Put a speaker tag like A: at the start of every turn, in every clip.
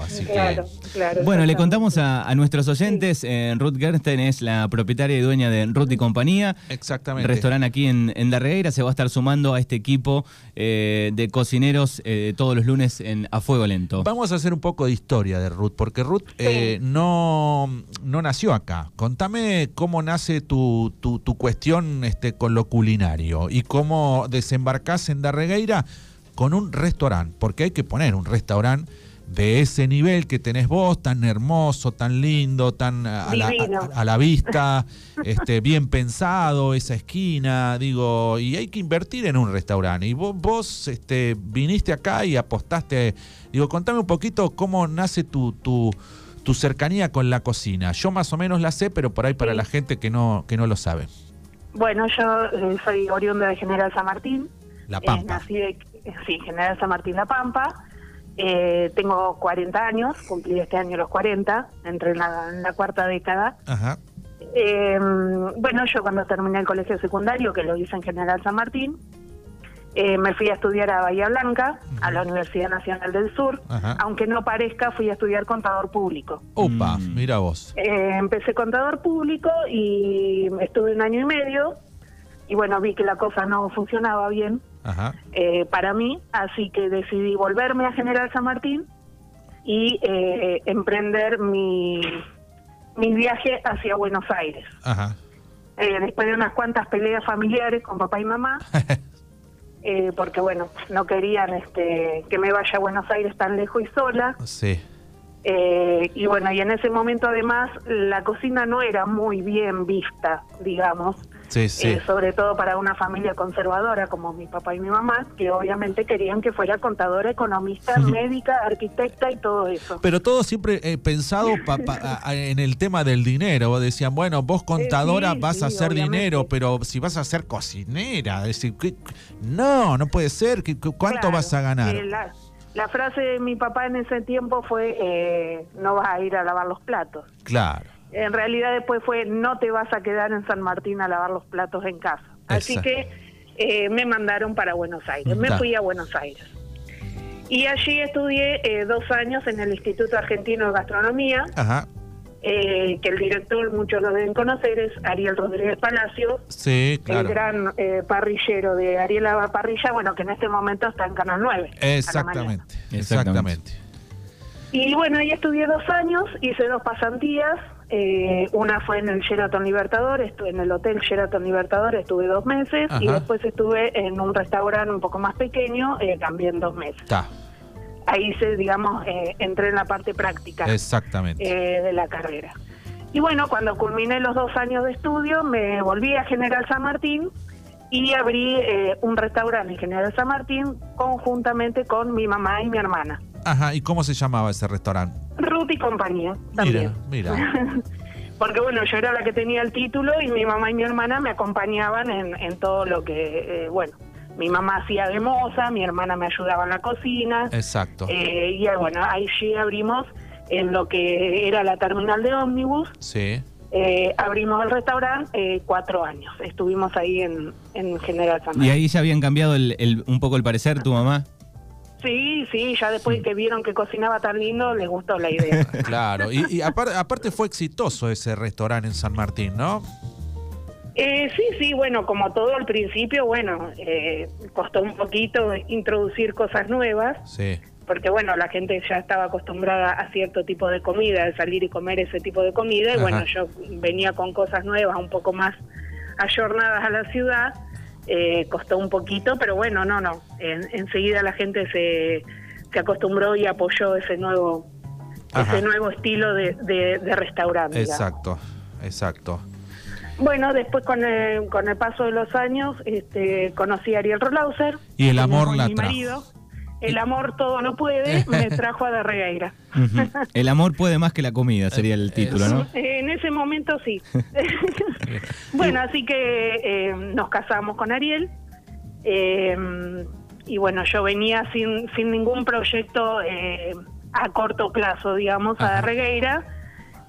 A: Así que-
B: Claro, claro.
A: Bueno, le
B: exactamente.
A: contamos a, a nuestros oyentes, eh, Ruth Gersten es la propietaria y dueña de Ruth y Compañía,
C: Exactamente.
A: restaurante aquí en, en Darregueira, se va a estar sumando a este equipo eh, de cocineros eh, todos los lunes en A Fuego Lento.
C: Vamos a hacer un poco de historia de Ruth, porque Ruth eh, no, no nació acá. Contame cómo nace tu, tu, tu cuestión este, con lo culinario y cómo desembarcás en Darregueira con un restaurante, porque hay que poner un restaurante de ese nivel que tenés vos, tan hermoso, tan lindo, tan a la,
B: Divino.
C: a- a la vista, este, bien pensado, esa esquina, digo, y hay que invertir en un restaurante. Y vos, vos este, viniste acá y apostaste, digo, contame un poquito cómo nace tu, tu, tu cercanía con la cocina. Yo más o menos la sé, pero por ahí para
B: Sí.
C: la gente que no, que no lo sabe.
B: Bueno, yo eh, soy oriunda de General San Martín.
C: La
B: Eh,
C: Pampa.
B: nací de, sí, General San Martín La Pampa. Eh, tengo 40 años, cumplí este año los 40, entré en la, en la cuarta década.
C: Ajá.
B: Eh, bueno, yo cuando terminé el colegio secundario, que lo hice en General San Martín, eh, me fui a estudiar a Bahía Blanca, a la Universidad Nacional del Sur.
A: Ah.
C: Ajá.
B: Aunque no parezca, fui a estudiar contador público.
C: Opa,
A: Mm.
C: mira vos.
B: Eh, empecé contador público y estuve un año y medio. Y bueno, vi que la cosa no funcionaba bien
C: Ajá.
B: eh, para mí, así que decidí volverme a General San Martín y eh, emprender mi, mi viaje hacia Buenos Aires.
C: Ajá.
B: Eh, después de unas cuantas peleas familiares con papá y mamá, eh, porque bueno, no querían este, que me vaya a Buenos Aires tan lejos y sola.
C: sí.
B: Eh, y bueno, y en ese momento además la cocina no era muy bien vista, digamos,
C: Sí, sí.
B: eh, sobre todo para una familia conservadora como mi papá y mi mamá, que obviamente querían que fuera contadora, economista, médica, arquitecta y todo eso.
C: Pero todo siempre eh, pensado pa- pa- a- a- en el tema del dinero. Vos Decían, bueno, vos contadora
B: Eh, sí,
C: vas a
B: sí,
C: hacer
B: obviamente.
C: dinero, pero si vas a ser cocinera, es decir, ¿qué- qué- no, no puede ser. ¿qué- qué- ¿Cuánto
B: Claro,
C: vas a ganar?
B: eh, la, la frase de mi papá en ese tiempo fue, eh, no vas a ir a lavar los platos.
C: Claro.
B: En realidad después fue, no te vas a quedar en San Martín a lavar los platos en casa. Así
C: Exacto.
B: que eh, me mandaron para Buenos Aires, me
C: Claro.
B: fui a Buenos Aires. Y allí estudié eh, dos años en el Instituto Argentino de Gastronomía,
C: Ajá.
B: eh, que el director, muchos lo deben conocer, es Ariel Rodríguez Palacio,
C: Sí, claro.
B: el gran eh, parrillero de Ariel Ava Parrilla, bueno, que en este momento está en Canal 9. a la mañana.
C: Exactamente.
A: Exactamente.
C: Exactamente.
B: Y bueno, ahí estudié dos años, hice dos pasantías. eh, una fue en el Sheraton Libertador, estuve en el Hotel Sheraton Libertador, estuve dos meses y
C: Ajá.
B: después estuve en un restaurante un poco más pequeño, eh, también dos meses.
C: Está.
B: Ahí hice, digamos, eh, entré en la parte práctica
C: Exactamente.
B: eh, de la carrera. Y bueno, cuando culminé los dos años de estudio, me volví a General San Martín y abrí eh, un restaurante en General San Martín conjuntamente con mi mamá y mi hermana.
C: Ajá. ¿Y cómo se llamaba ese restaurante?
B: Ruth y compañía
C: Mira,
B: también.
C: mira.
B: Porque bueno, yo era la que tenía el título y mi mamá y mi hermana me acompañaban en, en todo lo que, eh, bueno, mi mamá hacía de moza, mi hermana me ayudaba en la cocina.
C: Exacto.
B: eh, y eh, bueno, ahí sí abrimos en lo que era la terminal de ómnibus.
C: Sí.
B: Eh, abrimos el restaurante eh, cuatro años. Estuvimos ahí en, en General San
A: Y
B: Martín.
A: ahí ya habían cambiado el- el- un poco el parecer tu mamá.
B: Sí, sí, ya después que vieron que cocinaba tan lindo, les gustó la idea.
C: Claro. Y, y apar- aparte fue exitoso ese restaurante en San Martín, ¿no?
B: Eh, sí, sí, bueno, como todo al principio, bueno, eh, costó un poquito introducir cosas nuevas,
C: Sí.
B: porque bueno, la gente ya estaba acostumbrada a cierto tipo de comida, de salir y comer ese tipo de comida, y
C: Ajá.
B: bueno, yo venía con cosas nuevas, un poco más ayornadas a la ciudad, eh, costó un poquito, pero bueno, no, no, en- enseguida la gente se, se acostumbró y apoyó ese nuevo,
C: Ajá.
B: ese nuevo estilo de, de, de restaurante. digamos.
C: Exacto, exacto.
B: Bueno, después con el, con el paso de los años este, conocí a Ariel Rolauser.
C: Y el amor la
B: mi
C: trajo.
B: marido. El amor todo lo puede, me trajo a Darregueira.
A: Ujú. El amor puede más que la comida, sería
C: Eh,
A: el título, ¿no?
B: En ese momento sí. bueno, así que eh, nos casamos con Ariel. eh, y bueno, yo venía sin, sin ningún proyecto eh, a corto plazo, digamos,
C: Ajá.
B: a Darregueira.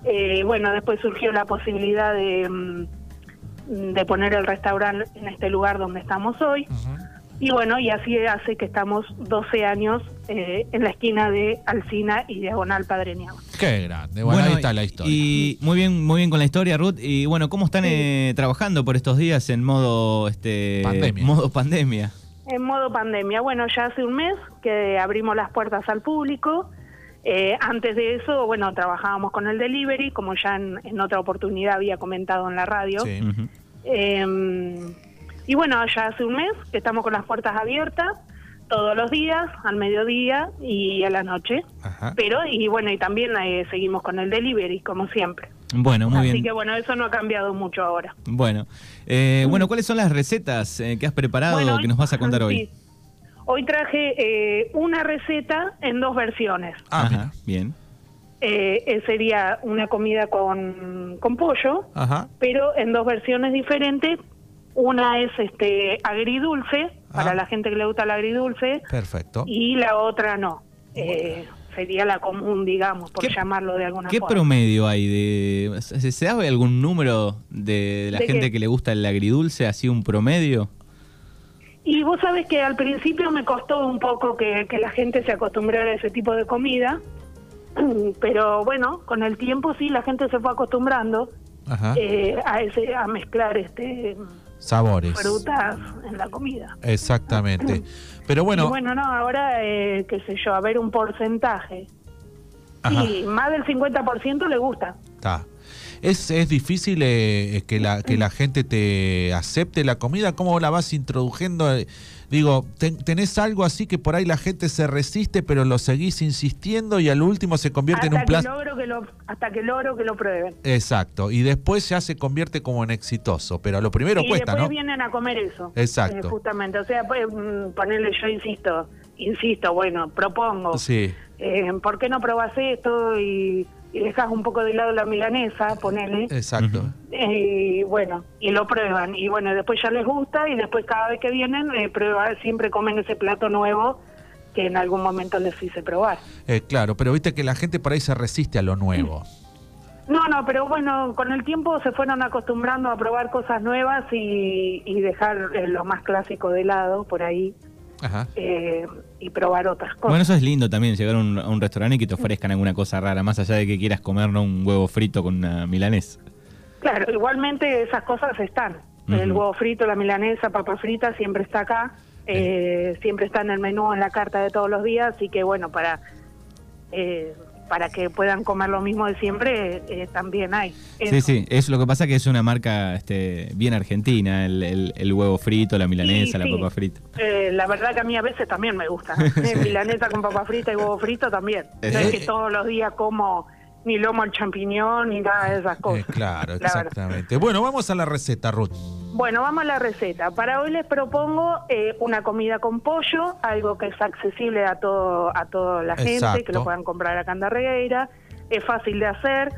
B: Eh, bueno, después surgió la posibilidad de, mm, de poner el restaurante en este lugar donde estamos hoy.
C: Ujú.
B: Y bueno, y así hace que estamos 12 años eh, en la esquina de Alcina y Diagonal Padre Niagua.
C: Qué grande. Bueno, ahí está la historia.
A: Y muy bien, muy bien con la historia, Ruth. Y bueno, ¿cómo están eh, trabajando por estos días en modo este
C: Pandemia.
A: modo pandemia?
B: En modo pandemia, bueno, ya hace un mes que abrimos las puertas al público. Eh, antes de eso, bueno, trabajábamos con el delivery, como ya en, en otra oportunidad había comentado en la radio.
C: Sí.
A: Ujú.
B: Eh, y bueno, ya hace un mes que estamos con las puertas abiertas todos los días, al mediodía y a la noche.
A: Ah.
C: Ajá.
B: Pero, y bueno, y también eh, seguimos con el delivery, como siempre.
A: Bueno, muy
B: Así
A: bien.
B: que bueno, eso no ha cambiado mucho ahora.
A: Bueno, Eh, bueno, ¿cuáles son las recetas eh, que has preparado
B: Bueno,
A: que nos vas a contar hoy?
B: sí. Hoy traje eh, una receta en dos versiones.
C: Ah,
A: Ajá,
C: mira.
A: bien.
B: Eh, eh, sería una comida con, con pollo,
C: Ajá.
B: pero en dos versiones diferentes. Una es este agridulce, para
C: Ah.
B: la gente que le gusta el agridulce,
A: Oh.
C: Perfecto.
B: y la otra no. Eh, sería la común, digamos, por
A: ¿Qué-
B: llamarlo de alguna
A: ¿Qué
B: forma.
A: promedio hay de se, se sabe algún número de la
B: ¿De
A: gente
B: qué?
A: que le gusta el agridulce, así un promedio?
B: Y vos sabés que al principio me costó un poco que, que la gente se acostumbrara a ese tipo de comida, pero bueno, con el tiempo sí la gente se fue acostumbrando
C: Ajá.
B: eh, a, ese, a mezclar este
C: Sabores.
B: frutas en la comida.
C: Exactamente. Pero
B: y
C: bueno,
B: bueno, no, ahora, eh, qué sé yo, a ver un porcentaje.
C: ajá,
B: Y más del 50% le gusta.
C: está. ¿Es, es difícil eh, que, la, que la gente te acepte la comida? ¿Cómo la vas introduciendo? Eh, Digo, ten- ¿tenés algo así que por ahí la gente se resiste, pero lo seguís insistiendo y al último se convierte en
B: Hasta
C: un
B: que,
C: plato?
B: logro que lo, hasta que logro que lo prueben.
C: Exacto, y después ya se convierte como en exitoso, pero a lo primero
B: y
C: cuesta,
B: después
C: ¿no?
B: vienen a comer eso.
C: Exacto.
B: Eh, justamente, o sea, pues, mm, ponerle yo insisto, insisto, bueno, propongo.
C: Sí,
B: eh, ¿Por qué no probás esto y, y dejas un poco de lado la milanesa, ponele?
C: exacto.
A: Ujú.
B: Eh, y bueno, y lo prueban. Y bueno, después ya les gusta y después cada vez que vienen, eh, prueba, siempre comen ese plato nuevo que en algún momento les hice probar.
C: Eh, claro, pero viste que la gente por ahí se resiste a lo nuevo.
B: No, no, pero bueno, con el tiempo se fueron acostumbrando a probar cosas nuevas y, y dejar eh, lo más clásico de lado por ahí
C: Ajá.
B: eh, y probar otras cosas.
A: Bueno, eso es lindo también, llegar a un, a un restaurante y que te ofrezcan alguna cosa rara, más allá de que quieras comer ¿no? un huevo frito con una milanesa.
B: Claro, igualmente esas cosas están. El
A: Ujú.
B: huevo frito, la milanesa, papa frita, siempre está acá. eh, siempre está en el menú, en la carta de todos los días. Así que bueno, para, eh, para que puedan comer lo mismo de siempre, eh, también hay.
A: Sí,
B: Eso.
A: sí, es lo que pasa que es una marca este, bien argentina, el, el- el huevo frito, la milanesa,
B: Sí,
A: la
B: sí.
A: papa frita.
B: Eh, la verdad que a mí a veces también me gusta. Eh, Milanesa con papa frita y huevo frito también.
A: Eh,
B: No es que todos los días como ni lomo al champiñón ni nada de esas
C: Eh,
B: cosas.
C: claro,
B: La verdad.
C: exactamente. Bueno, vamos a la receta, Ruth.
B: Bueno, vamos a la receta. Para hoy les propongo eh, una comida con pollo, algo que es accesible a todo a toda la gente,
C: Exacto.
B: que lo puedan comprar acá en Darregueira. Es fácil de hacer,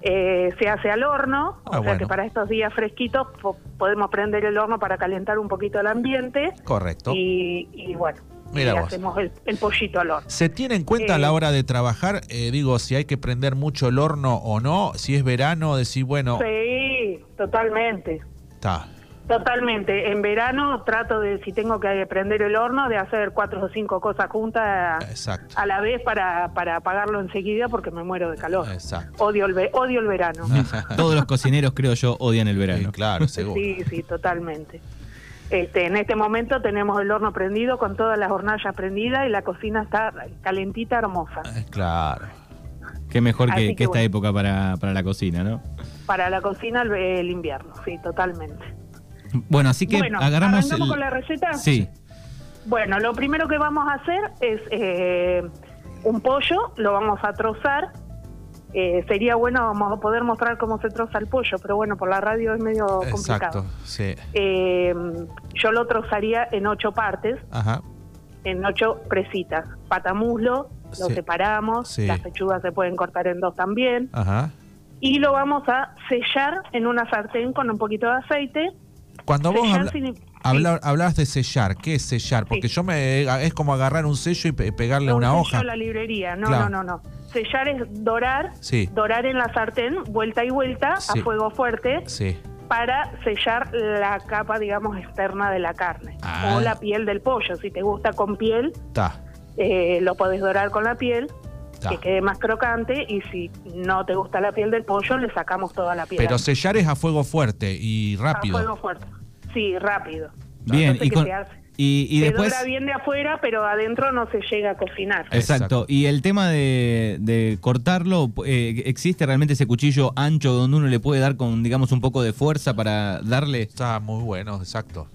B: eh, se hace al horno,
C: Ah,
B: o sea
C: bueno.
B: que para estos días fresquitos po- podemos prender el horno para calentar un poquito el ambiente
C: Correcto.
B: y, y bueno,
C: Mira
B: y
C: vos.
B: hacemos el, el pollito al horno.
C: ¿Se tiene en cuenta a
B: Eh,
C: la hora de trabajar, eh, digo, si hay que prender mucho el horno o no? Si es verano, decir, bueno,
B: Sí, totalmente.
C: está.
B: Totalmente. En verano trato de, si tengo que prender el horno, de hacer cuatro o cinco cosas juntas
C: Exacto.
B: a la vez para, para apagarlo enseguida porque me muero de calor.
A: Ah,
C: Exacto.
B: Odio el, ve- odio el verano.
A: Todos los cocineros, creo yo, odian el verano.
C: Eh, claro, seguro.
B: Sí, sí, totalmente. Este, en este momento tenemos el horno prendido con todas las hornallas prendidas y la cocina está calentita, hermosa.
A: Ah.
C: Eh, Claro.
A: Qué mejor que,
B: Así
A: que
B: que
A: esta
B: bueno.
A: época para, para la cocina, ¿no?
B: Para la cocina el, el invierno, sí, totalmente.
A: Bueno, así que
B: bueno,
A: agarramos
B: ¿arrancamos
A: el-
B: con la receta?
A: Sí,
B: Bueno, lo primero que vamos a hacer es eh, un pollo, lo vamos a trozar. Eh, sería bueno vamos a poder mostrar cómo se troza el pollo, pero bueno, por la radio es medio complicado.
C: Exacto. Sí.
B: Eh, yo lo trozaría en ocho partes,
C: Ajá.
B: en ocho presitas. Patamuslo, lo
C: Sí.
B: separamos,
C: Sí.
B: las pechugas se pueden cortar en dos también.
C: Ajá.
B: Y lo vamos a sellar en una sartén con un poquito de aceite.
C: Cuando vos
B: Sellar
C: habla-
B: sin-
C: habla- hablabas de sellar, ¿qué es sellar? Porque
B: Sí.
C: yo me es como agarrar un sello y pe- pegarle
B: No,
C: una
B: sello
C: hoja.
B: a la librería, no,
C: Claro.
B: no, no, no. Sellar es dorar,
C: Sí.
B: dorar en la sartén, vuelta y vuelta,
C: Sí.
B: a fuego fuerte,
C: Sí.
B: para sellar la capa, digamos, externa de la carne.
C: Ah.
B: O la piel del pollo. Si te gusta con piel,
C: Está,
B: eh, lo podés dorar con la piel,
C: está.
B: que quede más crocante. Y si no te gusta la piel del pollo, le sacamos toda la piel.
C: Pero
B: a-
C: sellar es a fuego fuerte y rápido.
B: A fuego fuerte. Sí, rápido.
A: Bien,
B: No sé
A: y,
B: qué
A: con-
B: se hace.
A: y, y
B: Se
A: después... Eh.
B: dora bien de afuera, pero adentro no se llega a cocinar.
A: Exacto.
C: Exacto.
A: Y el tema de, de cortarlo, eh, ¿existe realmente ese cuchillo ancho donde uno le puede dar con, digamos, un poco de fuerza para darle?
C: Está muy bueno, exacto.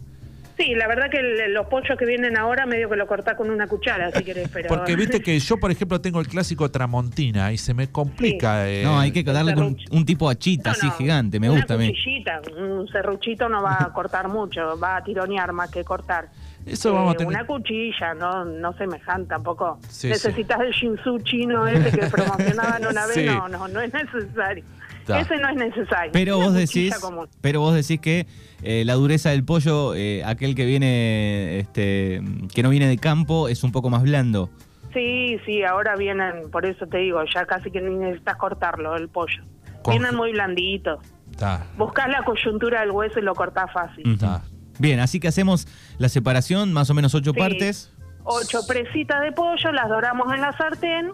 B: Sí, la verdad que el- los pollos que vienen ahora medio que lo cortás con una cuchara, si querés, pero...
C: Porque viste que yo, por ejemplo, tengo el clásico Tramontina y se me complica. eh,
A: No, hay que darle con un,
B: serrucho.
A: un tipo
B: No,
A: achita, así
B: no,
A: gigante, me gusta a
B: una
A: mí.
B: cuchillita, un serruchito no va a cortar mucho, va a tironear más que cortar.
C: Eso
B: Eh,
C: vamos a tener.
B: Una cuchilla, no, no semejante tampoco.
C: Sí,
B: Necesitas el shinsu chino ese que promocionaban una vez,
C: Sí.
B: no, no, no es necesario.
C: Ta.
B: Ese no es necesario.
A: Pero
B: Una
A: vos
B: cuchilla
A: decís,
B: común.
A: pero vos decís que eh, la dureza del pollo, eh, aquel que viene, este, que no viene de campo, es un poco más blando.
B: Sí, sí, ahora vienen, por eso te digo, ya casi que ni necesitas cortarlo el pollo.
C: Con-
B: Vienen muy blanditos.
C: Está,
B: Buscás la coyuntura del hueso y lo cortás fácil.
A: Ujú.
C: está.
A: Bien, así que hacemos la separación, más o menos ocho
B: Sí.
A: partes.
B: Ocho presitas de pollo, las doramos en la sartén,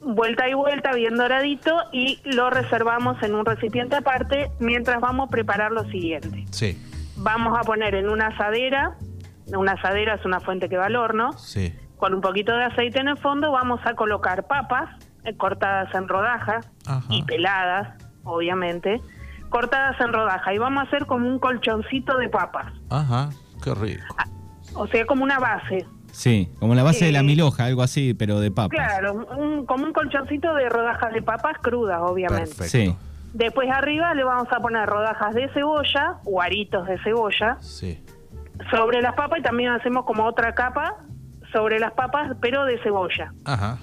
B: vuelta y vuelta, bien doradito, y lo reservamos en un recipiente aparte mientras vamos a preparar lo siguiente.
C: Sí,
B: Vamos a poner en una asadera, una asadera es una fuente que va al horno,
C: sí.
B: con un poquito de aceite en el fondo vamos a colocar papas eh, cortadas en rodajas
C: Ajá.
B: y peladas, obviamente, cortadas en rodajas y vamos a hacer como un colchoncito de papas,
C: Ajá, qué rico.
B: Ah. o sea, como una base.
A: Sí, como la base de la
B: Eh,
A: miloja, algo así, pero de papas.
B: Claro, un- como un colchoncito de rodajas de papas crudas, obviamente.
C: Perfecto.
A: Sí.
B: Después arriba le vamos a poner rodajas de cebolla, o aritos de cebolla,
C: Sí.
B: sobre las papas y también hacemos como otra capa sobre las papas, pero de cebolla.
C: Ajá.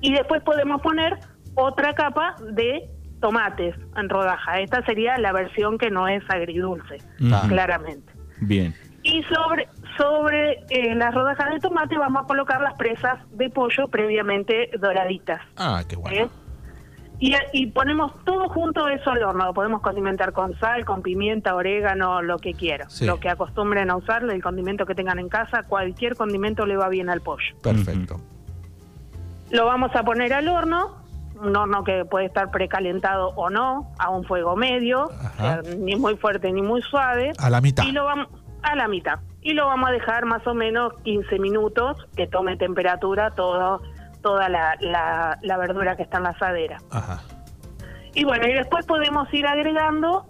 B: Y después podemos poner otra capa de tomates en rodaja. Esta sería la versión que no es agridulce,
A: Ujú.
B: claramente.
A: Bien.
B: Y sobre, sobre eh, las rodajas de tomate vamos a colocar las presas de pollo previamente doraditas.
C: Ah, qué
B: ¿eh?
C: bueno.
B: Y, y ponemos todo junto eso al horno. Lo podemos condimentar con sal, con pimienta, orégano, lo que quieran.
C: Sí.
B: Lo que acostumbren a usar, el condimento que tengan en casa, cualquier condimento le va bien al pollo.
C: Perfecto.
B: Lo vamos a poner al horno, un horno que puede estar precalentado o no, a un fuego medio,
C: Ajá.
B: o sea, ni muy fuerte ni muy suave.
C: A la mitad.
B: Y lo vamos a la mitad. Y lo vamos a dejar más o menos 15 minutos que tome temperatura todo, toda la, la- la verdura que está en la asadera.
C: Ajá.
B: Y bueno, y después podemos ir agregando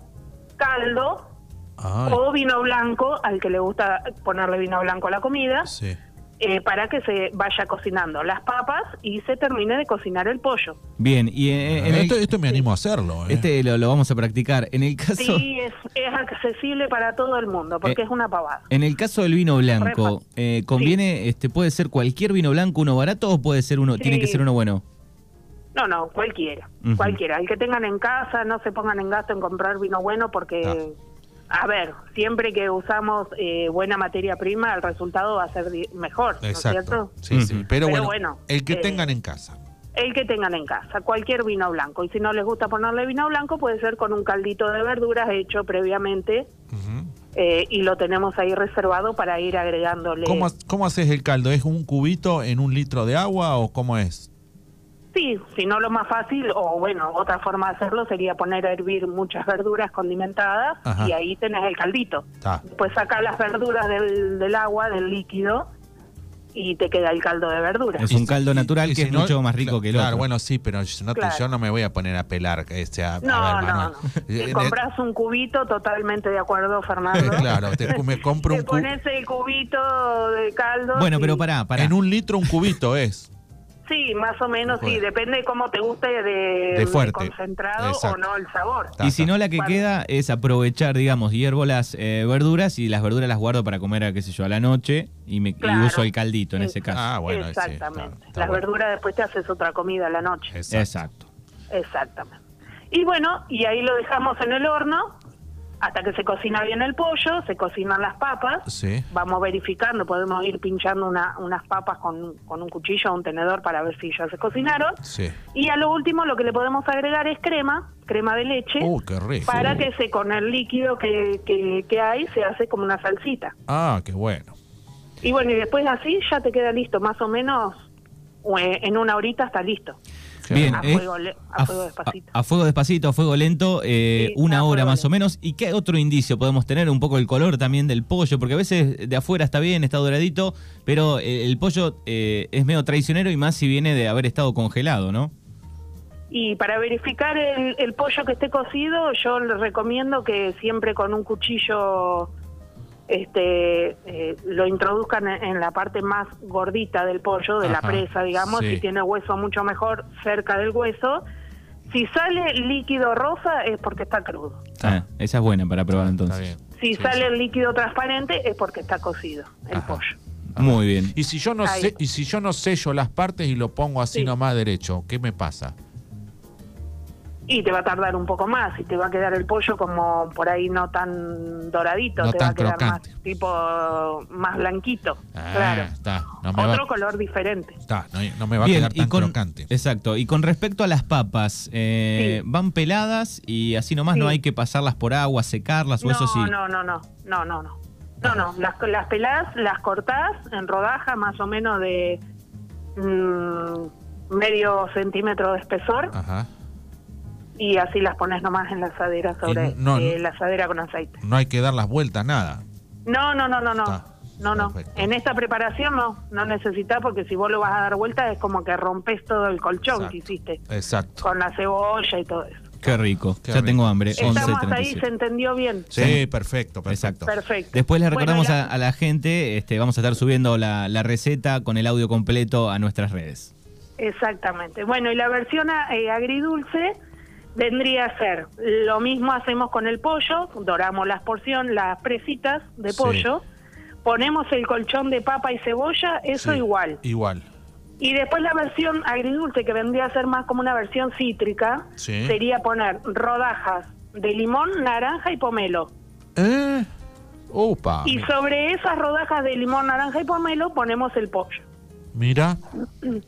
B: caldo
C: Ay,
B: o vino blanco, al que le gusta ponerle vino blanco a la comida,
C: sí.
B: eh, para que se vaya cocinando las papas y se termine de cocinar el pollo.
A: Bien, y eh, en
C: Ah,
A: el-
C: esto, esto me animo a hacerlo. ¿eh?
A: este lo, lo vamos a practicar. En el caso,
B: Sí, es, es accesible para todo el mundo, porque
A: Eh,
B: es una pavada.
A: en el caso del vino blanco,
B: Repa.
A: eh, conviene, este, puede ser cualquier vino blanco, uno barato o puede ser uno, tiene que
B: Sí.
A: ser uno bueno.
B: No, no, cualquiera,
A: Ujú.
B: cualquiera. El que tengan en casa, no se pongan en gasto en comprar vino bueno, porque, a ver, siempre que usamos eh, buena materia prima, el resultado va a ser di- mejor, ¿no es
C: Exacto.
B: cierto?
C: Sí, sí.
A: Ujú.
C: Pero,
B: Pero
C: bueno,
B: bueno,
C: el que
B: eh,
C: tengan en casa.
B: El que tengan en casa, cualquier vino blanco. Y si no les gusta ponerle vino blanco, puede ser con un caldito de verduras hecho previamente
C: Ujú.
B: eh, y lo tenemos ahí reservado para ir agregándole.
C: ¿Cómo, ¿Cómo haces el caldo? ¿Es un cubito en un litro de agua o cómo es?
B: Sí, si no lo más fácil, o bueno, otra forma de hacerlo sería poner a hervir muchas verduras condimentadas
C: Ajá.
B: y ahí tenés el caldito.
C: Está.
B: Después saca las verduras del, del agua, del líquido, y te queda el caldo de verduras.
A: Es un caldo
C: Y-
A: natural
C: y
A: que
C: si
A: es
C: no,
A: mucho más rico
C: cla-
A: que el
C: claro,
A: otro.
C: bueno, sí, pero yo no, te-
B: Claro.
C: yo no me voy a poner a pelar. Este, a, a
B: No,
C: ver,
B: no,
C: Manuel.
B: no.
C: Eh,
B: Te
C: eh,
B: compras un cubito, totalmente de acuerdo, Fernando.
C: claro, te, me compro
B: Te
C: un cu-
B: pones el cubito de caldo.
A: Bueno,
B: sí.
A: pero pará, pará.
C: En un litro un cubito es.
B: Sí, más o menos, sí.
C: Bueno.
B: Depende de cómo te guste de,
C: De fuerte.
B: concentrado
C: Exacto.
B: o no el sabor.
C: Ta,
A: y si
C: ta.
A: no, la que
B: Bueno.
A: queda es aprovechar, digamos, hiervo las eh, verduras y las verduras las guardo para comer, a, qué sé yo, a la noche y, me, y
B: Claro.
A: uso el caldito en ese caso.
C: Ah, bueno, sí, está-
B: Exactamente.
C: está
B: Las
C: bueno.
B: verduras después te haces otra comida a la noche.
C: Exacto.
A: Exacto.
B: Exactamente. Y bueno, y ahí lo dejamos en el horno hasta que se cocina bien el pollo, se cocinan las papas,
C: Sí.
B: vamos verificando, podemos ir pinchando una- unas papas con, con un cuchillo o un tenedor para ver si ya se cocinaron.
C: Sí.
B: Y a lo último lo que le podemos agregar es crema, crema de leche,
C: Oh, qué rico.
B: para que se con el líquido que, que, que hay se hace como una salsita.
C: Ah, qué bueno.
B: Y bueno, y después así ya te queda listo, más o menos o, eh, en una horita está listo.
C: Qué
A: Bien,
B: A
A: eh,
B: fuego le- a
A: a-
B: fuego despacito.
A: A, a fuego despacito, a fuego lento, eh,
B: Sí, a
A: una
B: fuego
A: hora más
B: lento.
A: o menos. ¿Y qué otro indicio podemos tener? Un poco el color también del pollo, porque a veces de afuera está bien, está doradito, pero eh, el pollo eh, es medio traicionero y más si viene de haber estado congelado, ¿no?
B: Y para verificar el, el pollo que esté cocido, yo les recomiendo que siempre con un cuchillo este, eh, lo introduzcan en, en la parte más gordita del pollo, de
C: Ajá,
B: la presa, digamos.
C: sí.
B: Si tiene hueso, mucho mejor cerca del hueso. Si sale líquido rosa, es porque está crudo.
A: Ah, esa es buena para probar entonces.
C: Está bien. Sí,
B: Si sale
C: sí.
B: el líquido transparente, es porque está cocido el
C: Ajá.
B: pollo.
A: Muy bien.
C: Y si yo no
B: Ahí.
C: sé, y si yo no sello las partes y lo pongo así
B: Sí.
C: nomás derecho, ¿qué me pasa?
B: Y te va a tardar un poco más y te va a quedar el pollo como por ahí no tan doradito,
C: No
B: te
C: tan
B: va a quedar
C: crocante.
B: más tipo más blanquito.
C: Ah,
B: claro.
C: está, no me
B: Otro
C: va,
B: color diferente.
C: está, no, no me va
A: Bien,
C: a quedar tan crocante.
A: Exacto. Y con respecto a las papas, eh,
B: Sí.
A: van peladas y así nomás
B: Sí.
A: no hay que pasarlas por agua, secarlas o
B: No,
A: eso sí.
B: no, no, no, no, no, no. No, no, las, las peladas las cortás en rodaja más o menos de mm, medio centímetro de espesor
C: Ajá.
B: y así las pones nomás en la asadera sobre
C: Y no-
B: eh, la asadera con aceite.
C: No hay que dar las vueltas, nada.
B: No, no, no, no, no.
C: Está.
B: No, no.
C: Perfecto.
B: En esta preparación no, no necesitas porque si vos lo vas a dar vuelta es como que rompes todo el colchón
C: Exacto.
B: que hiciste
C: Exacto.
B: con la cebolla y todo eso.
A: Qué rico.
C: Qué
A: ya
C: rico.
A: tengo hambre.
C: Sí.
B: Estamos
A: 11.37.
B: hasta ahí, se entendió bien.
C: Sí, perfecto, perfecto.
B: Perfecto.
A: Después le
B: Bueno,
A: recordamos
B: la-
A: a, a la gente, este, vamos a estar subiendo la, la receta con el audio completo a nuestras redes.
B: Exactamente. Bueno, y la versión a- eh, agridulce vendría a ser lo mismo hacemos con el pollo, doramos las porciones, las presitas de
C: Sí.
B: pollo, ponemos el colchón de papa y cebolla, eso
C: Sí,
B: igual.
C: Igual.
B: Y después la versión agridulce, que vendría a ser más como una versión cítrica,
C: Sí.
B: sería poner rodajas de limón, naranja y pomelo.
C: ¿Eh?
A: Ah,
C: Opa.
B: y sobre esas rodajas de limón, naranja y pomelo ponemos el pollo.
C: Mira.
A: Ah.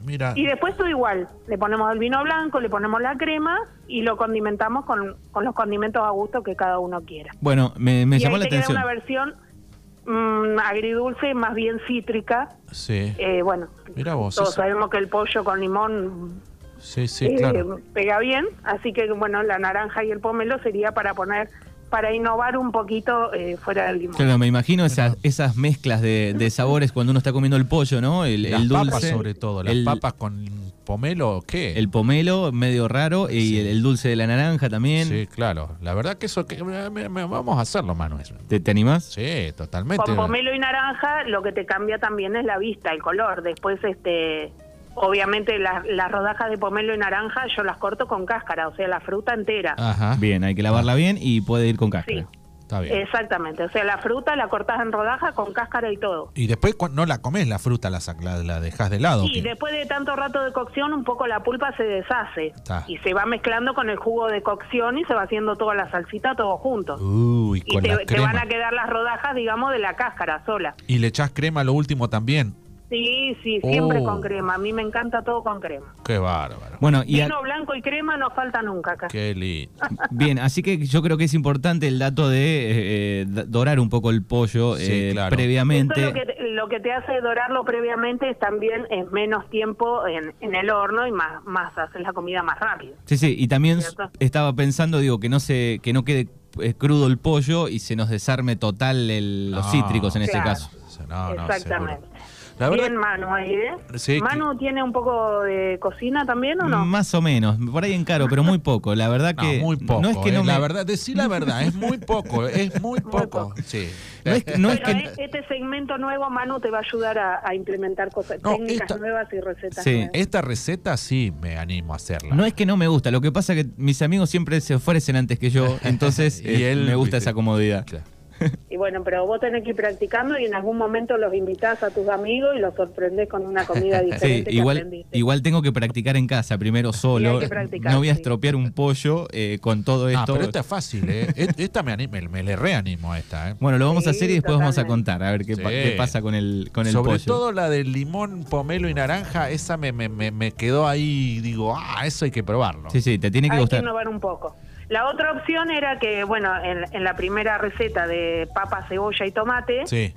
C: Mira.
B: Y después todo igual, le ponemos el vino blanco, le ponemos la crema y lo condimentamos con, con los condimentos a gusto que cada uno quiera.
A: Bueno, me, me
B: y
A: llamó
B: ahí
A: la
B: te queda
A: atención.
B: una versión mm, agridulce, más bien cítrica.
C: Sí.
B: Eh, bueno,
C: Mira vos,
B: todos
C: esa-
B: sabemos que el pollo con limón
C: Sí, sí,
B: eh,
C: claro.
B: pega bien, así que bueno, la naranja y el pomelo sería para poner, para innovar un poquito eh, fuera del limón.
A: Claro, me imagino esas, esas mezclas de, de sabores cuando uno está comiendo el pollo, ¿no? El,
C: Las
A: el dulce.
C: papas sobre todo, las
A: el,
C: papas con pomelo, ¿qué?
A: El pomelo, medio raro, y
C: Sí.
A: el, el dulce de la naranja también.
C: Sí, claro. La verdad que eso que me- me- me- vamos a hacerlo, Manuel.
A: ¿Te, te animás?
C: Sí, totalmente.
B: Con pomelo y naranja lo que te cambia también es la vista, el color. Después, este, obviamente las, las rodajas de pomelo y naranja yo las corto con cáscara, o sea, la fruta entera.
C: Ajá.
A: Bien, hay que lavarla
C: Ah.
A: bien y puede ir con cáscara.
B: Sí.
C: Está bien.
B: Exactamente, o sea, la fruta la cortas en rodajas con cáscara y todo.
C: Y después cu- no la comes la fruta, la, sac- la, la dejas de lado. ¿o
B: Y
C: qué?
B: después de tanto rato de cocción, un poco la pulpa se deshace
C: Está.
B: y se va mezclando con el jugo de cocción y se va haciendo toda la salsita todo junto.
C: Uy,
B: y
C: con la
B: te, te van
C: crema.
B: a quedar las rodajas, digamos, de la cáscara sola.
C: Y le echás crema a lo último también.
B: Sí, sí, siempre
C: Oh.
B: con crema. A mí me encanta todo con crema.
C: Qué bárbaro.
A: Bueno, y a-
B: Vino blanco y crema no falta nunca acá.
C: Qué lindo.
A: Bien, así que yo creo que es importante el dato de eh, eh, dorar un poco el pollo
C: Sí,
A: eh,
C: claro.
B: Eso
A: previamente.
B: lo que, te- lo que te hace dorarlo previamente es también es menos tiempo en, en el horno y más, más haces la comida más rápido.
A: Sí, sí, y también
B: ¿Cierto?
A: s- estaba pensando, digo, que no se que no quede eh, crudo el pollo y se nos desarme total el- los
C: No,
A: cítricos en ese
B: claro.
A: caso.
C: No, Ah, no,
B: Exactamente.
C: seguro. La verdad,
B: Bien Manu ahí, ¿eh?
C: Sí,
B: Manu tiene un poco de cocina también o no?
A: Más o menos, por ahí encaro, pero muy poco. La verdad
C: no,
A: que
C: muy poco.
A: no es que
C: eh,
A: no
C: La
A: me-
C: verdad, decir la verdad, es muy poco, es muy poco.
B: poco.
C: Sí.
A: no es, no es
B: Bueno,
A: que
B: eh, este segmento nuevo, Manu, te va a ayudar a, a implementar cosas,
C: No,
B: técnicas
C: esta-
B: nuevas y recetas
A: Sí,
B: nuevas.
C: Esta receta sí me animo a hacerla.
A: no es que no me gusta, lo que pasa es que mis amigos siempre se ofrecen antes que yo, entonces
C: Y
A: eh,
C: él,
A: me gusta
C: viste.
A: esa comodidad.
C: Claro.
B: Y bueno, pero vos tenés que ir practicando y en algún momento los invitás a tus amigos y los sorprendés con una comida
A: Sí,
B: diferente. que
A: igual,
B: aprendiste.
A: igual tengo que practicar en casa, primero solo.
B: que practicar,
A: No voy a
B: sí.
A: estropear un pollo eh, con todo esto.
C: Ah, pero esta es fácil, ¿eh? Et- Esta me, animo- me, me le reanimo a esta, ¿eh?
A: Bueno, lo vamos a
B: Sí,
A: hacer y después vamos a
B: totalmente.
A: contar, a ver qué, pa-
C: Sí.
A: qué pasa con el, con el
C: Sobre
A: pollo.
C: todo la del limón, pomelo y naranja, esa me, me, me, me quedó ahí, digo, ah, eso hay que probarlo.
A: Sí, sí, te tiene que
B: Hay que
A: gustar.
B: innovar un poco. La otra opción era que, bueno, en, en la primera receta de papa, cebolla y tomate,
C: Sí.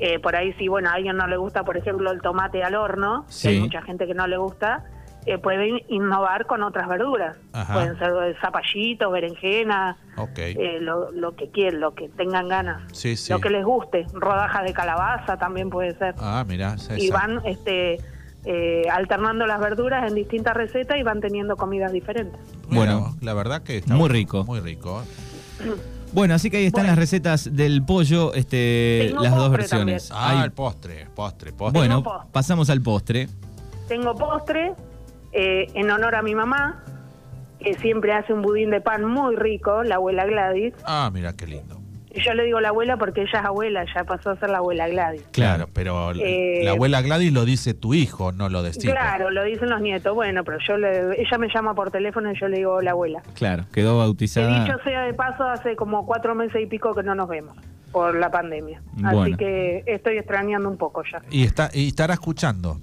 B: eh, por ahí si, bueno, a alguien no le gusta, por ejemplo, el tomate al horno, que
A: Sí.
B: hay mucha gente que no le gusta, eh, pueden innovar con otras verduras.
C: Ajá.
B: Pueden ser eh, zapallitos, berenjena,
C: Ok.
B: eh, lo, lo que quieran, lo que tengan ganas,
C: Sí, sí.
B: lo que les guste. Rodajas de calabaza también puede ser.
C: Ah, mirá. esa-
B: y van este, eh, alternando las verduras en distintas recetas y van teniendo comidas diferentes.
C: Bueno,
A: Bueno,
C: la verdad que está
A: muy
C: bueno,
A: rico.
C: Muy rico.
A: Bueno, así que ahí están
B: Bueno.
A: las recetas del pollo, este,
B: Tengo
A: las dos
B: postre
A: versiones.
C: Ah,
A: Ahí-
C: el postre, postre, postre.
A: bueno,
B: postre.
A: pasamos al postre.
B: Tengo postre eh, en honor a mi mamá, que siempre hace un budín de pan muy rico, la abuela Gladys.
C: Ah, mira qué lindo.
B: Y Yo le digo la abuela porque ella es abuela, ya pasó a ser la abuela Gladys.
A: Claro.
C: Claro, pero la-
B: Eh,
C: la abuela Gladys lo dice tu hijo, no lo decís.
B: Claro, lo dicen los nietos. Bueno, pero yo le- ella me llama por teléfono y yo le digo la abuela.
A: Claro, quedó
B: Que
A: bautizada.
B: dicho sea de paso, hace como cuatro meses y pico que no nos vemos por la pandemia. Así
A: Bueno.
B: que estoy extrañando un poco ya.
C: Y, está, y estará escuchando.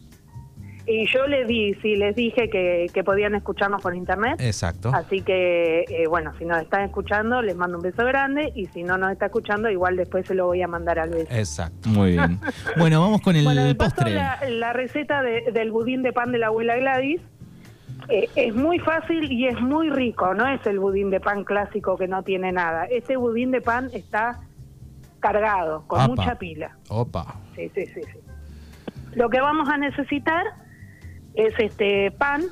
B: Y yo les di, sí, les dije que, que podían escucharnos por internet.
A: Eh.
C: Exacto.
B: Así que, eh, bueno, si nos están escuchando, les mando un beso grande. Y si no nos está escuchando, igual después se lo voy a mandar al beso.
C: Exacto.
A: Muy bien. Bueno, vamos con el
B: bueno, de paso,
A: postre.
B: la, la receta de- del budín de pan de la abuela Gladys eh, es muy fácil y es muy rico. No es el budín de pan clásico que no tiene nada. Este budín de pan está cargado, con
C: Apa.
B: mucha pila.
C: Opa.
B: Sí, sí, sí, sí. Lo que vamos a necesitar es este pan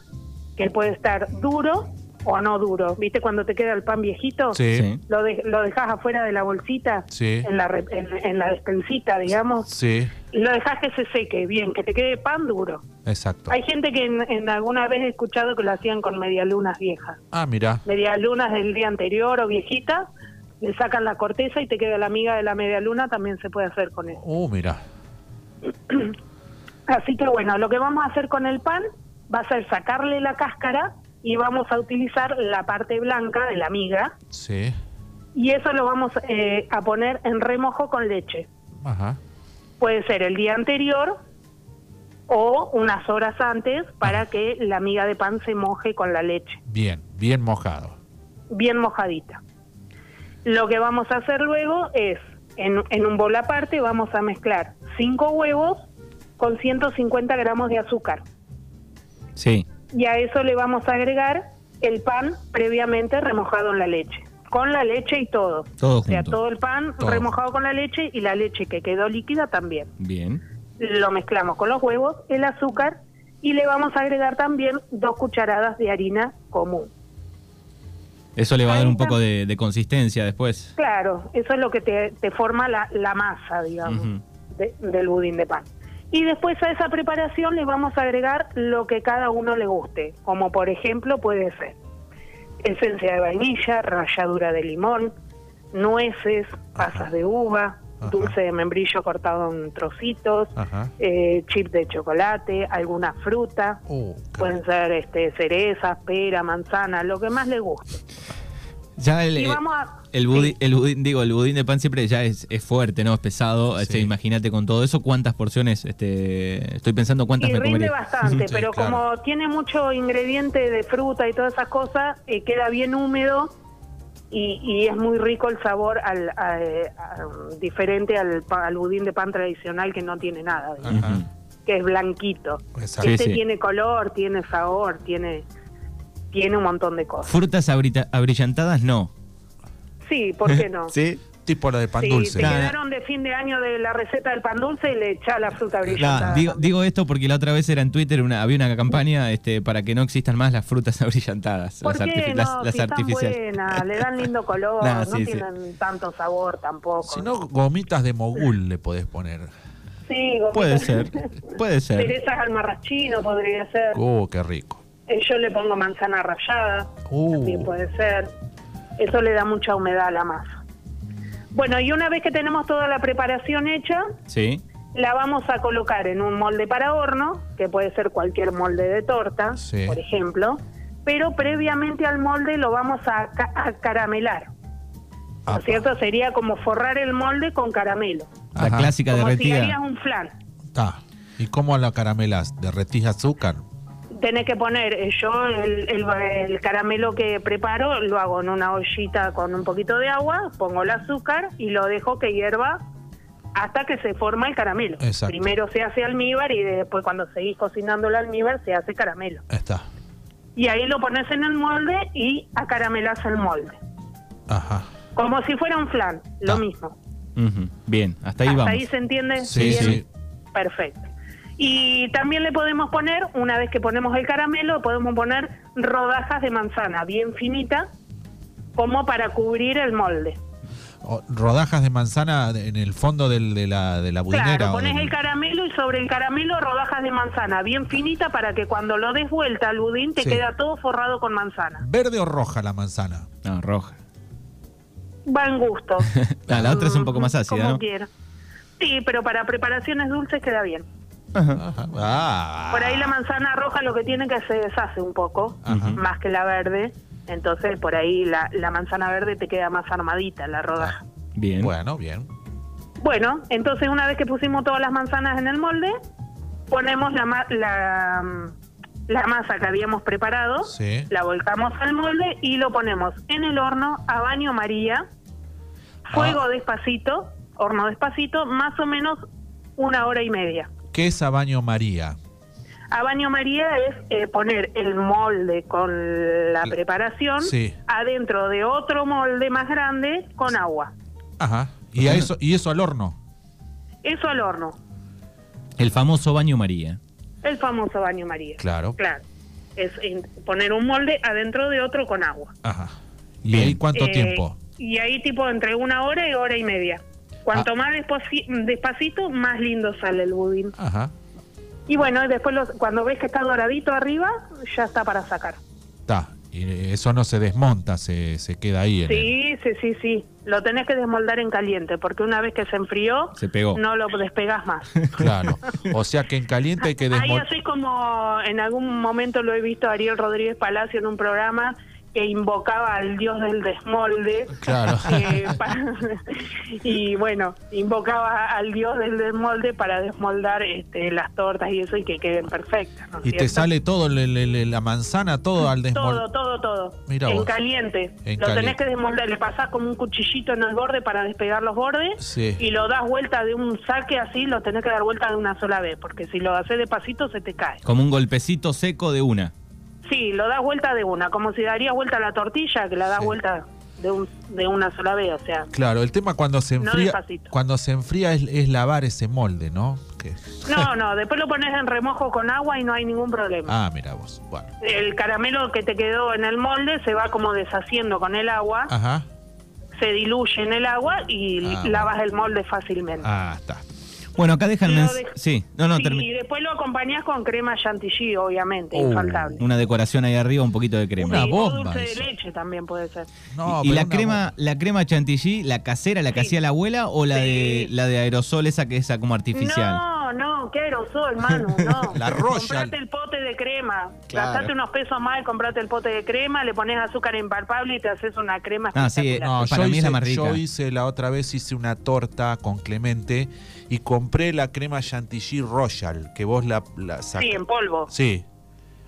B: que puede estar duro o no duro. ¿Viste cuando te queda el pan viejito?
C: Sí.
A: Sí.
B: Lo, de- lo dejas afuera de la bolsita,
C: Sí.
B: en, la re- en, en la despensita, digamos.
C: Sí,
B: Lo dejas que se seque bien, que te quede pan duro.
C: exacto.
B: Hay gente que en, en alguna vez he escuchado que lo hacían con medialunas viejas.
C: Ah, mira.
B: Medialunas del día anterior o viejitas, le sacan la corteza y te queda la miga de la medialuna, también se puede hacer con eso.
C: Uh, mira.
B: Así que bueno, lo que vamos a hacer con el pan va a ser sacarle la cáscara y vamos a utilizar la parte blanca de la miga
C: Sí.
B: y eso lo vamos eh, a poner en remojo con leche.
C: Ajá.
B: Puede ser el día anterior o unas horas antes para que la miga de pan se moje con la leche,
C: Bien, bien mojado.
B: bien mojadita. Lo que vamos a hacer luego es, en, en un bol aparte, vamos a mezclar 5 huevos con 150 gramos de azúcar.
A: Sí.
B: y a eso le vamos a agregar el pan previamente remojado en la leche, con la leche y todo.
A: Todo
B: o sea,
A: junto.
B: todo el pan
C: Todo.
B: remojado con la leche y la leche que quedó líquida también.
A: Bien.
B: Lo mezclamos con los huevos, el azúcar y le vamos a agregar también dos cucharadas de harina común.
A: Eso le va a
B: Ahí
A: dar un
B: está.
A: poco de, de consistencia después.
B: Claro, eso es lo que te, te forma la, la masa, digamos,
A: Ujú.
B: de- del budín de pan. Y después a esa preparación le vamos a agregar lo que cada uno le guste, como por ejemplo puede ser esencia de vainilla, ralladura de limón, nueces, pasas de uva,
C: Ajá.
B: dulce de membrillo cortado en trocitos,
C: Ajá.
B: eh, chip de chocolate, alguna fruta,
C: Uh, qué
B: pueden ser este, cerezas, pera, manzana, lo que más le guste.
A: Ya el,
B: Y
A: eh,
B: vamos a-
A: el, budi- el budín, digo, el budín de pan siempre ya es, es fuerte, ¿no? Es pesado.
C: Sí.
A: Este, Imagínate con todo eso cuántas porciones, este, estoy pensando cuántas
B: Y
A: me
B: rinde
A: comería.
B: bastante,
C: Sí,
B: pero
C: claro.
B: como tiene mucho ingrediente de fruta y todas esas cosas, eh, queda bien húmedo y, y es muy rico el sabor al, a- a- diferente al, pa- al budín de pan tradicional que no tiene nada,
C: Ajá.
A: Ujú.
B: que es blanquito.
C: Exacto.
B: Este
A: Ah. Sí, sí.
B: tiene color, tiene sabor, tiene tiene un montón de cosas.
A: Frutas abrita- abrillantadas, no.
B: Sí, ¿por qué no?
A: Sí.
C: Tipo la de pan
B: Sí,
C: dulce.
B: te
A: Nah.
B: quedaron de fin de año de la receta del pan dulce y le echa la fruta brillante.
A: Nah, digo, digo esto porque la otra vez era en Twitter, una, había una campaña este, para que no existan más las frutas abrillantadas,
B: ¿Por
A: las,
B: qué
A: artifi-
B: no?
A: las- las
B: si están
A: artificiales.
B: buenas, le dan lindo color,
A: Nah,
B: no
A: sí, sí.
B: tienen tanto sabor tampoco.
C: Si no, gomitas de mogul le podés poner.
B: sí, gomitas-
A: Puede ser, puede ser. Oh.
B: Cerezas al marrachino podría ser.
C: Uh, qué rico.
B: Eh, Yo le pongo manzana rallada,
C: Uh.
B: también puede ser. Eso le da mucha humedad a la masa. Bueno, y una vez que tenemos toda la preparación hecha,
A: Sí,
B: la vamos a colocar en un molde para horno, que puede ser cualquier molde de torta,
C: Sí.
B: por ejemplo, pero previamente al molde lo vamos a, ca- a caramelar. ¿No
C: Apa.
B: es cierto? Sería como forrar el molde con caramelo,
A: la
C: Ajá.
A: clásica
B: como si
A: derretida.
B: harías un flan.
C: Uh, Está. ¿Y cómo la caramelas? ¿Derretís azúcar?
B: Tenés que poner, eh, yo el, el- el caramelo que preparo lo hago en una ollita con un poquito de agua, pongo el azúcar y lo dejo que hierva hasta que se forma el caramelo.
C: Exacto.
B: Primero se hace almíbar y después cuando seguís cocinando el almíbar se hace caramelo.
C: Está.
B: Y ahí lo pones en el molde y acaramelás el molde.
C: Ajá.
B: Como si fuera un flan, lo
C: Ah,
B: mismo.
A: Ujú, Bien, hasta ahí
B: Hasta
A: vamos.
B: ahí se entiende.
C: Sí,
B: bien?
C: sí.
B: Perfecto. Y también le podemos poner, una vez que ponemos el caramelo, podemos poner rodajas de manzana bien finita, como para cubrir el molde.
C: O- rodajas de manzana de- en el fondo del- de la, de la budinera.
B: Claro,
C: o
B: pones
C: del-
B: el caramelo y sobre el caramelo rodajas de manzana
A: Ah.
B: bien finita para que cuando lo des vuelta al budín te
C: Sí.
B: queda todo forrado con manzana.
C: ¿Verde o roja la manzana?
A: No, roja.
B: Va en gusto.
A: Ah, la otra es un poco más
B: Mm,
A: ácida,
B: como
A: ¿no?
B: quiera. Sí, pero para preparaciones dulces queda bien.
A: Ajá.
C: Ajá. Ah.
B: Por ahí la manzana roja lo que tiene que se deshace un poco,
C: Ajá.
B: más que la verde. Entonces por ahí la, la manzana verde te queda más armadita la rodaja.
A: Bien.
C: Bueno, bien.
B: Bueno, entonces una vez que pusimos todas las manzanas en el molde, ponemos la, ma- la, mm, la masa que habíamos preparado,
C: Sí.
B: la volcamos al molde y lo ponemos en el horno a baño María, fuego
C: Ah.
B: despacito, horno despacito, más o menos una hora y media.
C: ¿Qué es a baño María?
B: A baño María es eh, poner el molde con la
C: La-
B: preparación
C: sí.
B: adentro de otro molde más grande con agua.
C: Ajá. ¿Y, a eso, y eso al horno?
B: Eso al horno,
A: El famoso baño María.
B: el famoso baño María.
C: Claro.
B: Claro, es en- poner un molde adentro de otro con agua.
C: Ajá. ¿Y
A: Bien.
C: ahí cuánto
B: Eh,
C: tiempo?
B: Y ahí tipo entre una hora y hora y media. Cuanto
C: Ah.
B: más desposi- despacito, más lindo sale el budín.
C: Ajá.
B: Y bueno, y después los- cuando ves que está doradito arriba, ya está para sacar.
C: Está. Y eso no se desmonta, se, se queda ahí. en el-
B: Sí, sí, sí, sí. Lo tenés que desmoldar en caliente, porque una vez que se enfrió,
A: Se pegó.
B: no lo despegás más.
C: Claro. O sea que en caliente hay que
B: Ahí
C: desmontar.
B: así como en algún momento lo he visto a Ariel Rodríguez Palacio en un programa que invocaba al dios del desmolde.
C: Claro.
B: Eh, pa- y bueno, invocaba al dios del desmolde para desmoldar este, las tortas y eso y que queden perfectas. ¿no es
C: Y te
B: cierto?
C: sale todo, le- le- le- la manzana, todo al
B: Todo,
C: desmoldar.
B: todo, todo.
C: Mira
B: en
C: vos.
B: caliente.
C: En
B: lo tenés
C: caliente.
B: que desmoldar, le pasás como un cuchillito en el borde para despegar los bordes
C: Sí.
B: y lo das vuelta de un saque así, lo tenés que dar vuelta de una sola vez, porque si lo haces despacito se te cae.
A: Como un golpecito seco de una.
B: Sí, lo das vuelta de una, como si darías vuelta a la tortilla, que la das
C: Sí.
B: vuelta de, un, de una sola vez, o sea.
C: Claro, el tema cuando se
B: No
C: enfría,
B: despacito.
C: cuando se enfría es, es lavar ese molde, ¿no? Que-
B: No, no, después lo pones en remojo con agua y no hay ningún problema.
C: Ah, mira vos. Bueno.
B: El caramelo que te quedó en el molde se va como deshaciendo con el agua,
C: Ajá.
B: se diluye en el agua y
C: Ah,
B: li- lavas el molde fácilmente.
C: Ah, está.
A: Bueno, acá dejan
B: Lo
A: mens-
B: dej-
A: Sí, no, no,
B: Sí,
A: termi-
B: y después lo acompañás con crema chantilly, obviamente,
C: Oh,
B: infaltable.
A: Una decoración ahí arriba, un poquito de crema.
C: Una
B: Sí, o
C: bomba
B: dulce
C: eso.
B: de leche también puede ser.
C: No,
A: y y
C: pero
A: la
C: una
A: crema, la crema chantilly, la casera, la que
B: Sí.
A: hacía la abuela o la de
B: Sí.
A: la de aerosol esa que es como artificial.
B: No, no, qué aerosol, Manu, no.
C: La Royal.
B: Comprate el pote de crema.
C: Claro.
B: Gastate unos pesos más y comprate el pote de crema, le pones azúcar impalpable y te haces una crema
A: Ah, sí,
B: espectacular.
C: No,
A: Para
C: yo,
A: mí es
C: hice,
A: la más rica.
C: yo hice la otra vez, hice una torta con Clemente y compré la crema Chantilly Royal, que vos la, la sacás.
B: sí, en polvo.
C: Sí.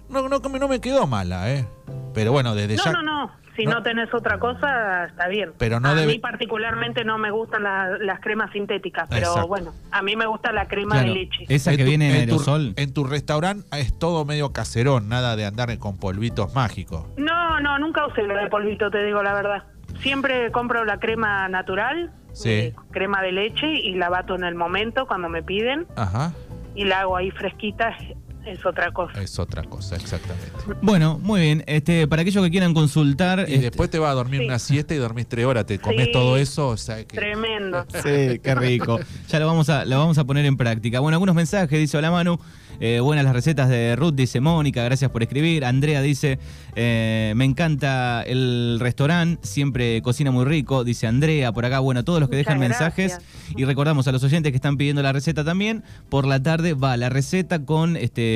C: No, no, no me quedó mala, ¿eh? Pero bueno, desde ya.
B: No, no, no. Si no.
C: no.
B: tenés otra cosa, está bien.
C: Pero no
B: a
C: debe-
B: mí particularmente no me gustan la- las cremas sintéticas, pero
C: Exacto.
B: bueno, a mí me gusta la crema
A: Claro,
B: de leche.
A: Esa que
C: tu-
A: viene en
C: tu-
A: aerosol.
C: en tu restaurante es todo medio caserón, nada de andar con polvitos mágicos.
B: No, no, nunca usé la de polvito, te digo la verdad. Siempre compro la crema natural,
C: Sí.
B: eh, crema de leche y la bato en el momento cuando me piden
C: Ajá.
B: y la hago ahí fresquita, es- es otra cosa.
C: Es otra cosa, exactamente.
A: Bueno, muy bien. Este, para aquellos que quieran consultar,
C: Y
A: este,
C: después te vas a dormir
B: Sí.
C: una siesta y dormís tres horas, te comes
B: Sí.
C: todo eso, o sea que...
B: Tremendo.
A: Sí, qué rico. Ya lo vamos a, lo vamos a poner en práctica. Bueno, algunos mensajes, dice Hola Manu. Eh, buenas las recetas de Ruth, dice Mónica, gracias por escribir. Andrea dice, eh, me encanta el restaurante, siempre cocina muy rico, dice Andrea por acá. Bueno, todos los que
B: Muchas
A: dejan mensajes
B: gracias.
A: y recordamos a los oyentes que están pidiendo la receta también. Por la tarde va la receta con este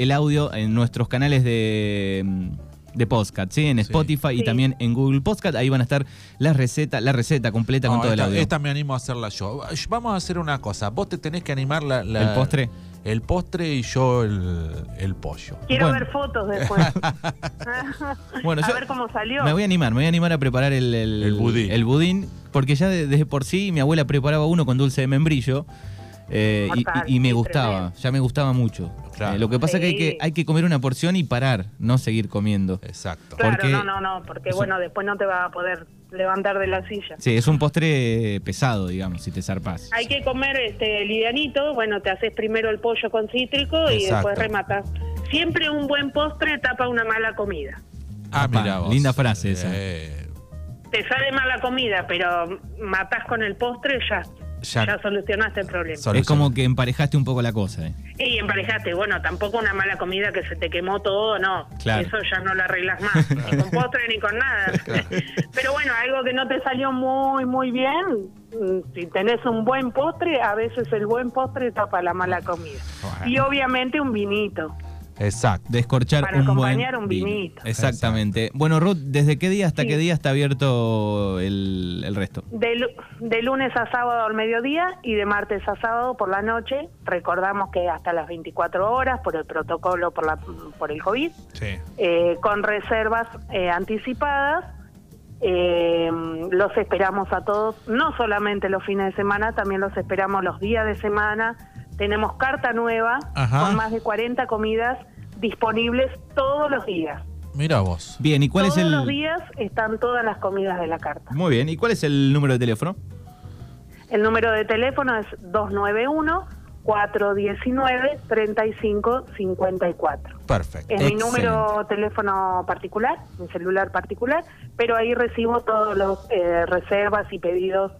A: el audio en nuestros canales de mm, de podcast, ¿sí? En
C: Sí.
A: Spotify y
B: Sí.
A: también en Google Podcast. Ahí van a estar las recetas, la receta completa con
C: No,
A: todo el
C: esta,
A: audio.
C: esta me animo a hacerla yo. Vamos a hacer una cosa. Vos te tenés que animar la, la-
A: ¿El postre?
C: El postre y yo el, el pollo.
B: Quiero
A: Bueno.
B: ver fotos después.
A: Bueno,
B: a
A: yo
B: ver cómo salió.
A: Me voy a animar, me voy a animar a preparar el, el-
C: El budín.
A: el budín, porque ya de- desde por sí mi abuela preparaba uno con dulce de membrillo eh, y-
B: Mortal,
A: y, y me
B: sí,
A: gustaba,
B: tremendo.
A: ya me gustaba mucho.
C: Claro.
A: Eh, lo que pasa es que hay, que
B: Sí.
A: hay que comer una porción y parar, no seguir comiendo.
C: Exacto.
B: Claro,
A: porque-
B: no, no, no, porque
A: Eso-
B: bueno, después no te va a poder levantar de la silla.
A: Sí, es un postre eh, pesado, digamos, si te zarpás.
B: Hay que comer este livianito, bueno, te haces primero el pollo con cítrico y
C: Exacto.
B: después rematas. Siempre un buen postre tapa una mala comida.
C: Ah,
A: Apa,
C: mira vos.
A: linda frase esa.
C: Eh,
B: Te sale mala comida, pero matás con el postre, ya,
C: Ya-
B: ya, solucionaste el problema.
C: Sol-
A: Es como que emparejaste un poco la cosa. eh.
B: y emparejate, bueno, tampoco una mala comida que se te quemó todo, no.
A: Claro.
B: Eso ya no lo arreglas más, ni con postre ni con nada. Pero bueno, algo que no te salió muy, muy bien, mm, si tenés un buen postre, a veces el buen postre tapa la mala comida.
C: Bueno.
B: Y obviamente un vinito.
C: Exacto.
A: Descorchar
B: Para
A: un buen
B: acompañar un
A: vino.
B: vinito.
A: Exactamente. Bueno, Ruth, ¿desde qué día hasta
B: Sí.
A: qué día está abierto el, el resto?
B: De, lu- de lunes a sábado al mediodía y de martes a sábado por la noche. Recordamos que hasta las 24 horas por el protocolo por, la, por el COVID,
C: Sí.
B: eh, con reservas eh, anticipadas. Eh, los esperamos a todos, no solamente los fines de semana, también los esperamos los días de semana. Tenemos carta nueva
C: Ajá.
B: con más de 40 comidas disponibles todos los días.
C: Mira vos.
A: Bien, ¿y cuál
B: todos
A: es el...?
B: los días están todas las comidas de la carta.
A: Muy bien, ¿y cuál es el número de teléfono?
B: El número de teléfono es 291-419-3554.
C: Perfecto.
B: Es mi
A: Excelente.
B: número teléfono particular, mi celular particular, pero ahí recibo todos los eh, reservas y pedidos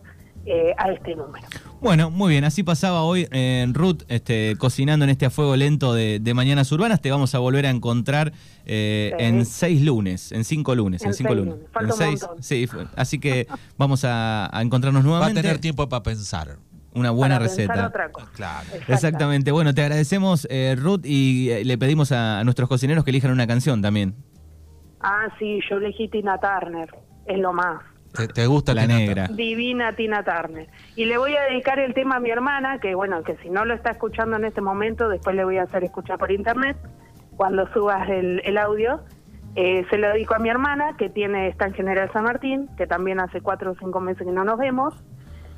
B: eh, a este número.
A: Bueno, muy bien, así pasaba hoy eh, en Ruth, este, cocinando en este a fuego lento de, de Mañanas Urbanas. Te vamos a volver a encontrar eh,
B: Sí.
A: en seis lunes, en cinco lunes, en,
B: En
A: cinco
B: seis
A: lunes.
B: lunes, falta
A: En
B: un
A: seis,
B: montón.
A: sí, fue- así que vamos a, a encontrarnos
C: Va a
A: nuevamente.
C: tener tiempo para pensar.
A: Una buena
B: Para pensar
A: receta.
B: otra cosa.
C: Claro.
A: Exactamente, bueno, te agradecemos eh, Ruth y eh, le pedimos a, a nuestros cocineros que elijan una canción también.
B: Ah, sí, yo elegí Tina Turner, es lo más.
C: ¿Te, te gusta
A: La
C: Tina Turner?
A: negra.
B: Divina Tina Turner. Y le voy a dedicar el tema a mi hermana, que bueno, que si no lo está escuchando en este momento, después le voy a hacer escuchar por internet, cuando subas el, el audio. Eh, se lo dedico a mi hermana, que tiene está en General San Martín, que también hace cuatro o cinco meses que no nos vemos.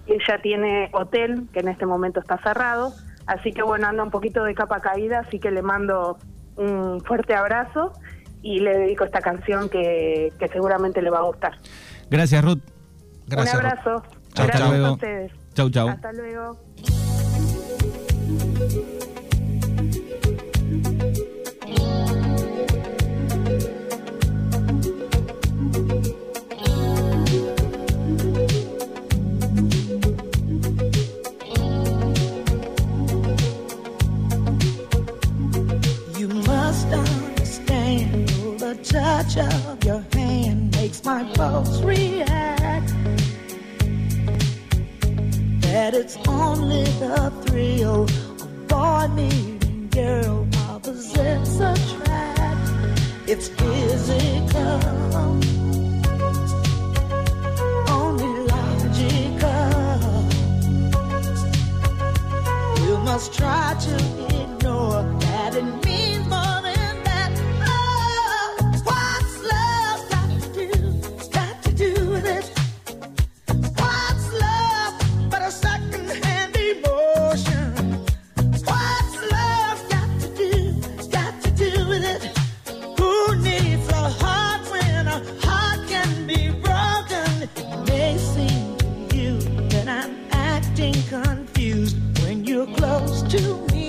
B: Ella tiene hotel, que en este momento está cerrado. Así que bueno, anda un poquito de capa caída, así que le mando un fuerte abrazo y le dedico esta canción que, que seguramente le va a gustar.
A: Gracias Ruth.
C: Gracias.
B: Un abrazo.
C: Chau,
B: Gracias
A: chau.
B: a ustedes.
A: Chau, chau.
B: Hasta luego.
D: You must understand oh, the touch of your hand makes my pulse react. That it's only the thrill of boy meeting girl opposites attract. It's physical, only logical. You must try to ignore that it means more than that. Oh, what's love got to do? Got to do with it. What's love but a second-hand emotion? What's love got to do? Got to do with it. Who needs a heart when a heart can be broken? It may seem to you that I'm acting confused when you're close to me.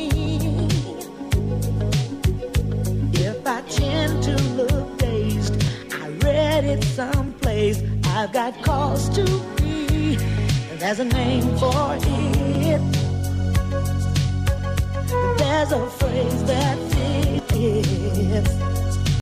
D: If I tend to look dazed, I read it someplace. I've got cause to be. There's a name for it. There's there's a phrase that fits.